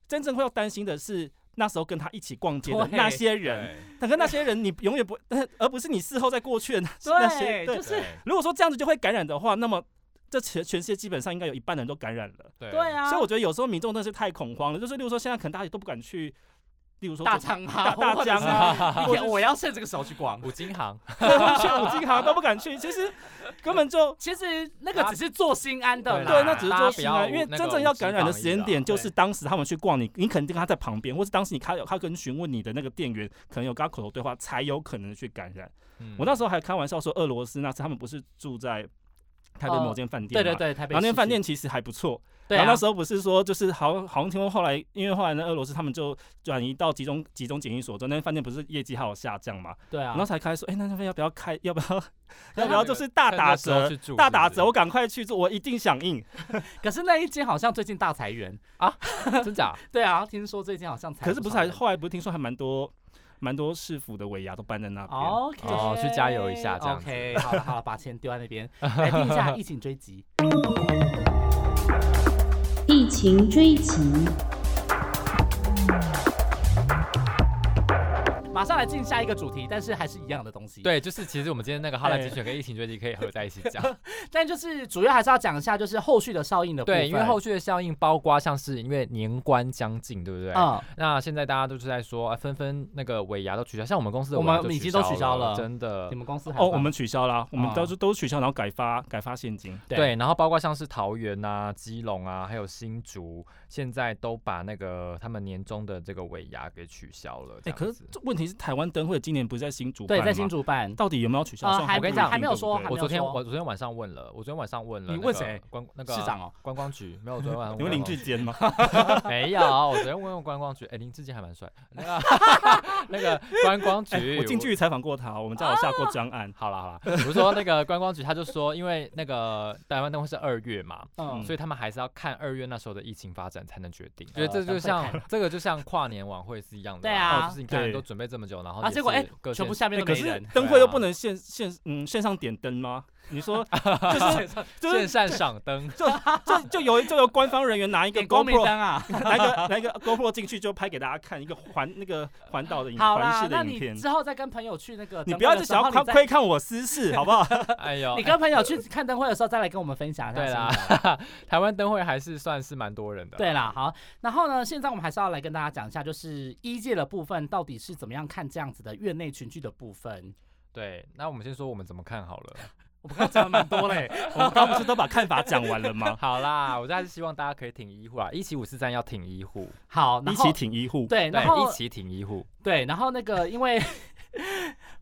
C: 真正会要担心的是那时候跟他一起逛街的
B: (laughs) 对啊
C: 那些人，但跟那些人你永远不，但而不是你事后再过去的那那些。
B: 对，
C: 对，
B: 就是
C: 如果说这样子就会感染的话，那么这全全世界基本上应该有一半人都感染了。
A: 对
B: 对啊，
C: 所以我觉得有时候民众真的是太恐慌了，就是例如说现在可能大家也都不敢去，例如说
B: 大
C: 走
B: 肠啊，
C: 大
B: 或者
C: 大
B: 是
C: 肠啊 (laughs)
B: 一天我要趁这个时候去逛。
A: 五金行，
C: 去五金行都不敢去，其实根本就
B: 其实那个只是做心安的啦，
C: 对，那只是
A: 大
C: 做
A: 家不
C: 心
A: 要
C: 安，因为
A: 那个
C: 真正要
A: 无知
C: 感染的
A: 防
C: 时
A: 疫
C: 间
A: 啦
C: 点就是
B: 对
C: 当时他们去逛你，你肯定跟他在旁边，或是当时你看他跟询问你的那个店员，可能有跟他口头对话，才有可能去感染。我
B: 嗯
C: 那时
A: 候
C: 候还开玩笑说，俄罗斯那次他们不是住在台北
B: 哦
C: 某间饭店
B: 对
C: 嘛，
B: 对对，台北
C: 然后那
B: 市
C: 间饭
B: 区
C: 店，其实还不错，
B: 对
C: 然后
B: 啊
C: 那时候不是说就是好好像听说后来，因为后来那俄罗斯他们就转移到集中集中检疫所之后，那间饭店不是业绩还有下降嘛，
B: 对啊
C: 然后，才开说，哎、那那边要不要开，要不要要
A: 那
C: 不要
A: 个
C: 就是大打折，大打折，我，赶快去做，我一定响应。
B: 可是那一间好像最近大裁员， (laughs)
A: 真假？
B: 对啊，听说最近好像裁少
C: 啊可
B: 人，
C: 是不是还后来不是听说还蛮多蛮多市府的尾牙都搬在那边。
B: OK，
A: 哦去加油一下这样子
B: OK，好了好了，把钱丢在
C: (laughs)
B: 那边，来听一下疫情追击。
D: 疫情追击，
B: 马上来进下一个主题，但是还是一样的东西。，
A: 对，就是其实我们今天那个
B: 哎
A: 哈兰精选跟疫情追击可以合在一起讲，
B: (laughs) 但就是主要还是要讲一下，就是后续的效应的部分。 (laughs)
A: 对，因为后续的效应包括像是因为年关将近，对不对？
C: 呃
B: 嗯，
A: 那现在大家都是在说，啊纷纷那个尾牙都取消，像我们公司的
B: 我
A: 尾牙
B: 们已经
A: 就
B: 都取消了
A: 真的
B: 你。们公司还
C: 哦，
B: 有
C: 我们取消啦，我们
B: 哦
C: 到处都取消，然后改发改发现金。
B: 对
A: 对，然后包括像是桃园啊、基隆啊，还有新竹，现在都把那个他们年终的这个尾牙给取消了。
C: 哎、
A: 这样
C: 可是
A: 子
C: 这问题是台湾灯会今年不是在新竹办
B: 对
C: 吗
B: 在新，竹办，
C: 到底有没有取消？
B: 呃
C: 好像
B: 还
C: 不
A: 没
C: 一
A: 讲
C: 定
A: 还
B: 没有
C: 对不
B: 说
C: 对
A: 我
B: 还没有
A: 昨天
B: 说
A: 我昨天晚上问了，我昨天晚上问了、
B: 你
A: 那
B: 问
A: 个
B: 谁
A: 观那个
B: 市长哦，
A: 观光局没有，我昨天晚上
C: 你们
A: 问
C: 林
A: 观
C: 志坚吗？
A: 光局没有，啊我昨天问问观光 (laughs) 局，哎、林志坚还蛮帅，那个 (laughs) 那个观光
B: (laughs)
A: 局，
C: (laughs) 哎我近距离采访过他，我们家有下过专案。
A: 好啦好啦，我是说那个观光局，他就说，因为那个台湾灯会是二月嘛，
B: 嗯，
A: 所以他们还是要看二月那时候的疫情发展才能决定。觉
B: 呃
A: 得这就
B: 赶
A: 像这个就像跨年晚会是一样的啦，
B: 对啊
A: 哦就是你看
C: 对
A: 都准备这么久，然后
B: 啊，
A: 也
B: 结果
A: 是
B: 哎，
A: 各
B: 全部
A: 县
B: 下面
C: 哎
B: 都
C: 可
B: 没
C: 是
B: 人。
C: 灯会又
A: 对啊
C: 不能线线嗯线上点灯吗？你说 (laughs)
B: (laughs)
C: 就
A: 线
C: 是
A: 上赏灯，
C: 就就有就有官方人员拿一个
B: 给
C: GoPro
B: 光明灯啊！
C: 拿一个拿一个 GoPro 进去就拍给大家看一个环那个环岛的影
B: 好
C: 环
B: 啦
C: 视，
B: 那
C: 的影
B: 你
C: 片。
B: 之后再跟朋友去那个，
C: 你不要再想要
B: 看
C: 窥窥看我私事，好不好？
A: 哎呦，
B: 你
A: 哎
B: 跟朋友去看灯会的时候，再来跟我们分享一下
A: 对
B: 心
A: 啦
B: 得。，
A: 台湾灯会还是算是蛮多人的。
B: (laughs) 对啦，好，然后呢，现在我们还是要来跟大家讲一下，就是一届的部分到底是怎么样看这样子的院内群聚的部分。
A: 对，那我们先说我们怎么看好了。？
B: 我们刚才讲了蛮多嘞、
C: 我们刚不是都把看法讲完了吗
A: (laughs) 好啦，我还是希望大家可以挺医护啊，一起五四三要挺医护，
B: 好，然
C: 一
B: 后
C: 起挺医 (laughs) 护，
B: 对，
A: 对，
B: 然后
A: 一起挺医护。
B: 对，然后那个因为 (laughs)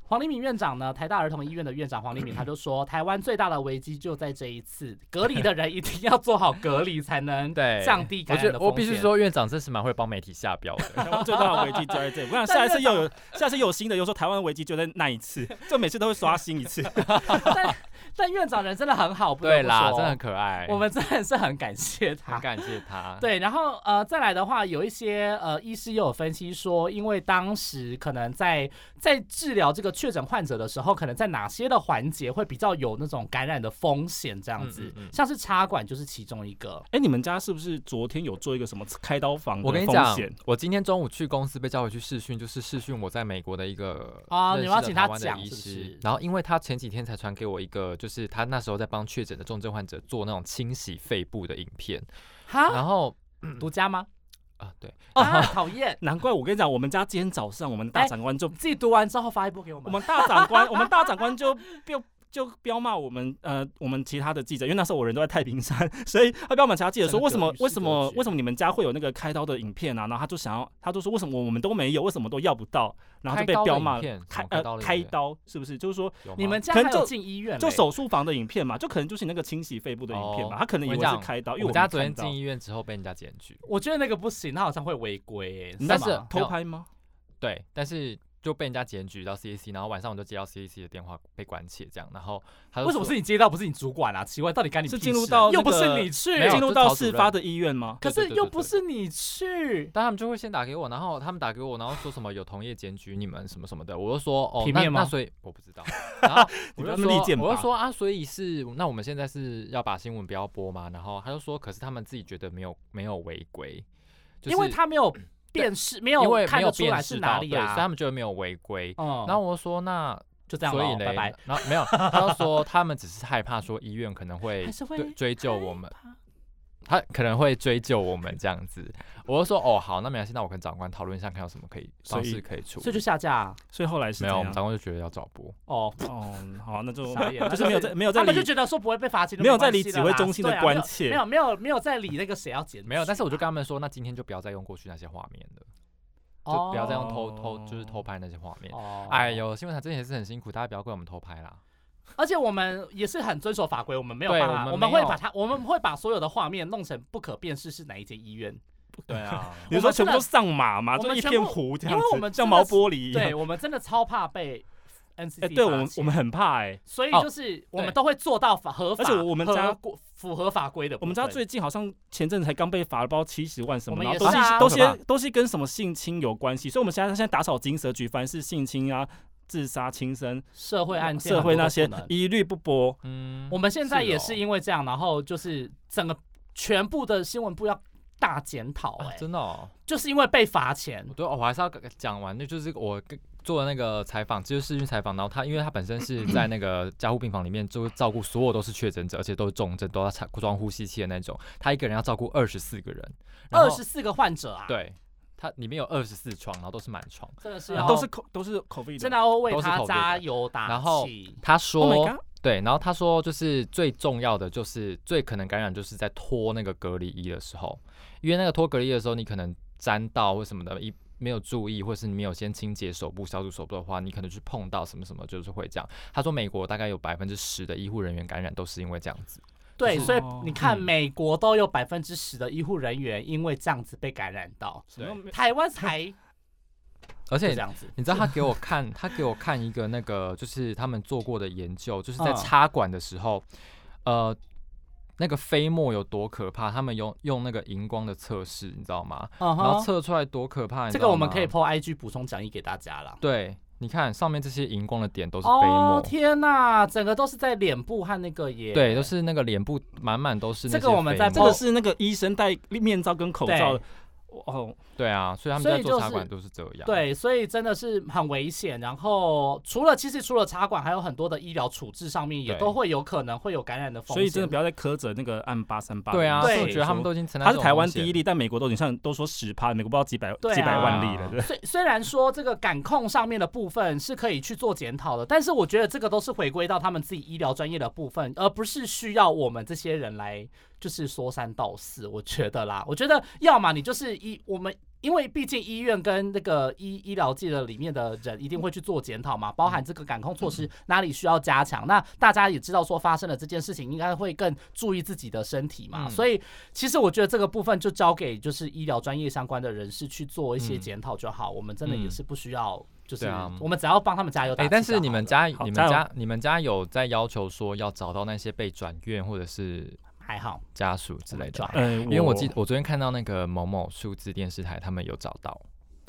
B: 黄立明院长呢，台大儿童医院的院长黄立明，他就说，台湾最大的危机就在这一次，隔离的人一定要做好隔离，才能
A: 对
B: 降低
A: 我
B: 感
A: 觉
B: 染
A: 得
B: 的风险。
A: 我必须，说，院长真是蛮会帮媒体下标
B: (laughs)
A: 的。
C: 台湾最大的危机就在这里。我想下一次又有，下次又有新的，又说台湾危机就在那一次，就每次都会刷新一次。
B: 但但院长人真的很好，不得
A: 对
B: 不
A: 啦，
B: 说
A: 真的很可爱，
B: 我们真的是很感谢他
A: 很。感谢他。
B: (laughs) 对，然后呃，再来的话，有一些呃医师也有分析说，因为当时可能在在治疗这个确诊患者的时候，可能在哪些的环节会比较有那种感染的风险，这样
A: 嗯
B: 子，
A: 嗯嗯
B: 像是插管就是其中一个。
C: 哎，你们家是不是昨天有做一个什么开刀房的
A: 我跟你
C: 嗯风
A: 讲
C: 险？，
A: 我今天中午去公司被叫回去试训，就是试训我在美国的一个
B: 啊
A: 认
B: 你
A: 识
B: 要
A: 的
B: 请
A: 台
B: 他
A: 湾的
B: 讲
A: 医
B: 是不
A: 师
B: 是
A: 然后因为他前几天才传给我一个，就是他那时候在帮确诊的重症患者做那种清洗肺部的影片，
B: 哈，
A: 然后
B: 独家吗？
A: 嗯 (laughs) 啊对，
B: 啊，讨厌！
C: 难怪我跟你讲，我们家今天早上我们大长官就
B: 你 (laughs) 自己读完之后发一波给我
C: 我
B: 们。
C: 们大长官，我们大长官就 (laughs) 就就彪骂我们呃，我们其他的记者，因为那时候我人都在太平山，所以他彪骂其他记者说，
B: 整个
C: 为什么
B: 与世
C: 为什么
B: 隔绝
C: 为什么你们家会有那个开刀的影片啊？然后他就想要，他就说为什么我们都没有，为什么都要不到？然后就被彪骂
A: 开刀的影片什
C: 开
A: 么开刀
C: 呃
A: 的影
C: 开
A: 片
C: 刀是不是？就是说
A: 有吗
B: 你们家
C: 可
B: 还
C: 能
B: 有
C: 就
B: 进医院嘞？
C: 就手术房的影片嘛，就可能就是那个清洗肺部的影片
A: 哦
C: 嘛，他可能以为
A: 我跟
C: 是
A: 你讲
C: 开刀，因
A: 我们
C: 为我
A: 家
C: 们
A: 昨天
C: 看到
A: 进医院之后被人家检举，
B: 我觉得那个不行，那好像会违规欸。
C: 你
A: 但
C: 干
A: 是
C: 嘛偷拍吗？
A: 对，但是就被人家检举到 CEC，然后晚上我就接到 CEC 的电话被关切这样，然后他就
B: 为什么
A: 说
B: 是你接到，不是你主管啊？奇怪，到底干你
C: 是
B: 屁
C: 进入
B: 事啊
C: 到
B: 又
C: 那
B: 不是
C: 个
B: 你去，
A: 没有
C: 进入
A: 是
C: 到
A: 曹主
C: 事
A: 任
C: 发的医院吗？
B: 可
A: 对
B: 是
A: 对对
B: 又
A: 对
B: 不是你去，
A: 但他们就会先打给我，然后他们打给我，然后说什么有同业检举你们什么什么的，我就说哦，
B: 平
A: 那
B: 面
A: 那
B: 吗
A: 所以我不知道，
B: (laughs)
A: 然后我
C: 你不
A: 就
C: 要那么利剑
A: 说我
C: 拔
A: 就说啊，所以是那我们现在是要把新闻不要播嘛，然后他就说，可是他们自己觉得没有没有违规，就是、
B: 因为他没有辨识，没有
A: 因为
B: 看
A: 没
B: 得
A: 有
B: 出来
A: 辨
B: 是
A: 识
B: 哪
A: 到，
B: 里
A: 对，所以他
B: 啊。
A: 们觉得没有违规。
B: 嗯
A: 然后我就说那
B: 就这样
A: 所以
B: 了，
A: 嘞，
B: 拜拜。
A: 然后没有，他就说他们只是害怕说医院可能会
B: 还是会
A: 对追究我们
B: 害，怕
A: 他可能会追究我们这样子。我就说哦好，那没关系，那我跟长官讨论一下，看有什么可以
C: 所以
A: 方式可以处
B: 所以就
A: 理。
B: 下架啊
C: 所以后来是
A: 没有，
C: 怎
A: 我
C: 样
A: 们长官就觉得要找播，
B: 哦。
C: 哦，好，那就
A: (laughs)
B: 傻眼那
C: 就是没有
B: 就是
C: 在没有在
B: 他们就
C: 理
B: 觉得说不会被罚钱，
C: 没有在
B: 关
C: 理
B: 系
C: 指
B: 了
C: 挥
B: 啦
C: 中心的
B: 对啊
C: 关
B: 没有
C: 切
B: 没有没有没有在理那个谁要剪，
A: 没有。但是我就跟他们说，那今天就不要再用过去那些画面了，就不要再用偷偷就是偷拍那些画面。
B: 哦
A: 哎，呦，新闻台之前也是很辛苦，大家不要怪我们偷拍啦。
B: 而且我们也是很遵守法规，我们没有
A: 对
B: 办
A: 我
B: 法，
A: 们
B: 我们
A: 没
B: 会
A: 有
B: 把它，我们会把所有的画面弄成不可辨识是哪一间医院。
A: 对啊，
C: 你说全部
B: 我
C: 都
B: 们
C: 上马嘛，
B: 我
C: 就
B: 们
C: 一
B: 全
C: 片
B: 部
C: 糊这
B: 因
C: 样
B: 为
C: 子，
B: 我们
C: 像
B: 真的
C: 毛
B: 是
C: 玻璃一样。
B: 对我们真的超怕被
C: (laughs)
B: NCC
C: 哎，对我
B: 罚
C: 们我
B: 钱
C: 们很怕哎，
B: 所以
A: 哦
B: 就是我们
A: 对
B: 都会做到法合法，
C: 而且我们家
B: 合规符合法规的
C: 我
B: 部分。
C: 们家最近好像前阵子才刚被罚了，不知道七十万什
B: 我
C: 么，
B: 们
C: 然后都
B: 也是啊
C: 是
A: 好
C: 都
A: 可
C: 是都是跟什么性侵有关系，所以我们现在现在打扫金蛇局，凡是性侵啊、自杀、轻生、
B: 社会案件、
C: 社会那些，一律不播。
A: 嗯
B: 我们现在
A: 是
B: 也
A: 哦
B: 是因为这样，然后就是整个全部的新闻部要大检讨，
A: 啊
B: 哎，
A: 真的哦。
B: 就是因为被罚钱
A: 我，对，哦我还是要讲完，那就是我跟做的那个采访，就是视讯采访，然后他因为他本身
B: (clears throat)
A: 是在那个加护病房里面，就是照顾所有都是确诊者，而且都是重症，都要插装呼吸器的那种，他一个人要照顾二十四个人，然后
B: 二十四个患者啊，，
A: 对，他里面有二十四床，然后都是满床，
B: 真的是
A: 然
B: 要
C: 啊都是口都是口碑
B: 啊真的啊哦要为
A: 都是
B: 他
A: 口碑的
B: 加油打气。
A: 然后他
C: Oh
A: 说
C: my god！
A: 对，然后他说就是最重要的就是最可能感染就是在脱那个隔离衣的时候，因为那个脱隔离衣的时候你可能沾到或什么的，一没有注意，或是你没有先清洁手部、消毒手部的话，你可能去碰到什么什么，就是会这样。他说美国大概有百分之十的医护人员感染都是因为这样子，
B: 对，
C: 就是哦
B: 所以你看，
A: 嗯
B: 美国都有百分之十的医护人员因为这样子被感染到，
C: 什么
B: 台湾才
A: 而
B: 这
A: 且
B: 样子。
A: 你知道他给我看，他给我看一个那个，就是他们做过的研究，就是在
B: 嗯
A: 插管的时候，呃，那个飞沫有多可怕，他们用用那个荧光的测试，你知道吗？
B: 然
A: 然后测出来多可怕，你
B: 哦这
A: 知
B: 个
A: 道
B: 我们
A: 吗
B: 可以 PO IG 补充讲义给大家啦。
A: 对，你看上面这些荧光的点都是飞沫，
B: 哦天哪，整个都是在脸部和那个耶。
A: 对，都是那个脸部满满都是那些
B: 这个我们在
A: 飞
C: 这
A: 沫
C: 个是那个医生戴面罩跟口罩
B: 对。
C: 哦，
A: 对啊，所以他们
B: 所
A: 在
B: 以
A: 做
B: 就
A: 茶
B: 是
A: 馆都是这样。，
B: 对，所以真的是很危险。然后除了其实除了茶馆，还有很多的医疗处置上面也
A: 对
B: 都会有可能会有感染的风险。
C: 所以真的不要再苛责那个按八三八。
A: 对啊，所以我
B: 对
A: 觉得他们都已经承担
C: 他
A: 这
C: 是
A: 种
C: 台
A: 风
C: 湾第
A: 险
C: 一例，但美国都已经像都说十趴，美国不知道几百、
B: 对啊
C: 几百万例了，对。
B: 虽虽然说这个感控上面的部分是可以去做检讨的，但是我觉得这个都是回归到他们自己医疗专业的部分，而不是需要我们这些人来就是说三道四。我觉得啦，我觉得要么你就是医我们。因为毕竟医院跟那个医医疗界的里面的人一定会去做检讨嘛，包含这个感控措施哪里需要加强。那大家也知道说发生了这件事情，应该会更注意自己的身体嘛。
A: 嗯
B: 所以其实我觉得这个部分就交给就是医疗专业相关的人士去做一些
A: 嗯
B: 检讨就好，我们真的也
A: 嗯
B: 是不需要，就是
A: 对啊
B: 我们只要帮他们加油打
A: 哎、
B: 气就好了。
A: 但是你们家、
C: 好
A: 你们
C: 加油
A: 家、你们家有在要求说要找到那些被转院或者是
B: 还好，
A: 家属之类的
B: 我
A: 吗
B: 们，
C: 嗯，
A: 因
C: 因
A: 为我记我昨天看到那个某某数字电视台，他们有找到，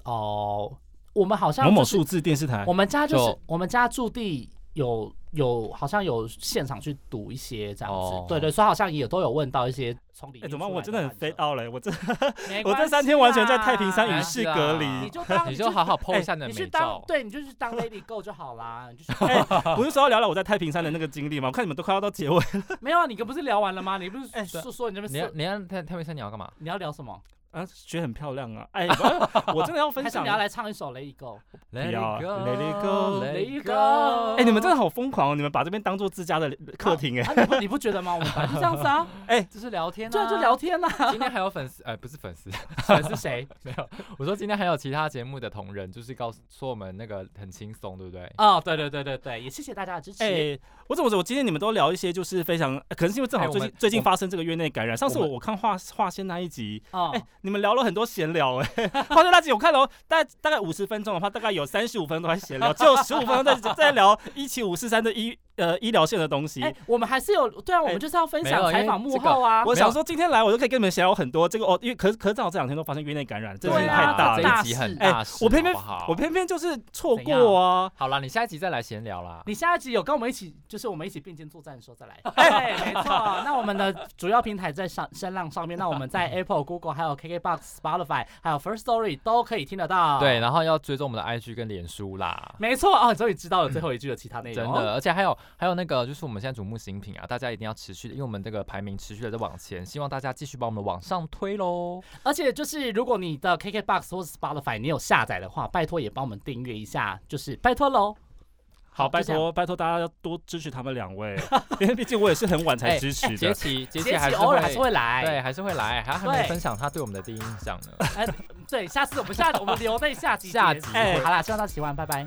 B: 哦，我们好像
C: (laughs) 某某
B: 就是
C: 数字电视台
B: 我，们家哎就是
A: 就
B: 我们家驻地有有好像有现场去赌一些这样子，
A: 哦
B: 对对，所以好像也都有问到一些从里
C: 哎，
B: 面
C: 怎
B: 出
C: 么
B: 来
C: 办我真的很
B: 患者
C: fade out 嘞？我这
B: 啊没
C: 我
B: 关
C: 这三
B: 系啊
C: 天完全
B: 啦哎
C: 在太平山
A: 没
C: 与
A: 关
C: 世
A: 系
C: 隔
A: 啦
C: 离，
B: 啊 (laughs) 你就当
A: 你就好好 PO 一下你的
B: 你去
A: 美
B: 当
A: 照。
B: 对你就去当 Lady Go 就好啦，你就是
C: (laughs) 哎不是说要聊聊我在太平山的那个经历吗？我看你们都快要到结尾，
B: 没有啊，你可不是聊完了吗？你不是
C: 哎
B: 说说你那边
A: 你要
B: 色
A: 你要太太平山你要干嘛？
B: 你要聊什么？
C: 啊，觉得很漂亮啊！哎，我我真的要分
B: 还是
C: 享
B: 你。要来唱一首《Let It Go
A: 不
C: 要啊 Let it go，
B: Let it go
C: 哎，你们真的好疯狂哦！你们把这边当做自家的客厅》哎。
B: 啊？你不你不觉得吗？我们本来就这样
C: (laughs)
B: 子啊，
A: 就是聊天、啊，
B: 对，就聊。 (laughs) 天呐。
A: 今天还有粉丝，呃，不是粉丝， (laughs)
B: 喜欢是谁？
A: 没有。我说今天还有其他节目的同仁，就是告诉说我们那个很轻松，对不对？
B: (laughs) 哦，对对对对对，也谢谢大家的支持。
C: 哎，我怎么说？我今天你们都聊一些就是非常，呃可能是因为正好
A: 哎我
C: 最
A: 们
C: 近最近
A: 我
C: 发生这个院内感染。上次
A: 我
C: 我
A: 们
C: 我看华华仙那一集，
B: 哦
C: 哎、你们聊了很多闲聊哎、 (laughs) 话说那集我看了哦大概大概五十分钟的话，大概有三十五分钟在闲
B: (laughs)
C: 聊，只有十五分钟在在聊一七五四三的医呃医疗线的东西。
B: 哎，我们还是有对啊，我
C: 哎
B: 们就是要分
A: 没
B: 享
A: 有因为
B: 采访幕后啊。
C: 我想说今天来我就可以跟你们闲聊很多这个哦，因为可是可是正好这两天都发生院内感染，真的是
B: 对
C: 太
B: 啊
C: 大
A: 这
C: 了。哎
A: 一集很大事，
C: 我偏偏
A: 好不好
C: 我偏偏就是错过啊！
A: 好啦，你下一集再来闲聊啦。
B: 你下一集有跟我们一起，就是我们一起并肩作战的时候再来。哎对，没错。那我们的主要平台在上声浪上面，那我们在 Apple、Google、还有 KKBox、Spotify、还有 First Story 都可以听得到。
A: 对，，然后要追踪我们的 IG 跟脸书啦。
B: 没错 (laughs) 哦，终于知道了最后一句的其他内
A: 真
B: 容。
A: 的，而且还有还有那个，就是我们现在瞩目新品啊，大家一定要持续的，因为我们这个排名持续的在往前，希望大家继续把我们往上推喽。
B: 而且就是，如果你的 KKBox 或是 Spotify 你有下载的话，拜托也帮我们订阅一下，就是拜托喽。
C: 好，拜
B: 就这样
C: 托拜托大家要多支持他们两位， (laughs) 因为毕竟我也是很晚
B: 哎
C: 才支持
A: 杰
C: 的。
A: 奇，杰
B: 杰
A: 奇还
B: 奇
A: 是
B: 偶尔还是
A: 会。
B: 会来，
A: 对，还是会来，还还没
B: 对
A: 分享他对我们的第一印象呢。
B: 哎，对，下次我们下我们留在下集哎
A: 下
B: 节
A: 集
B: 目好啦，希望大家喜欢，拜拜。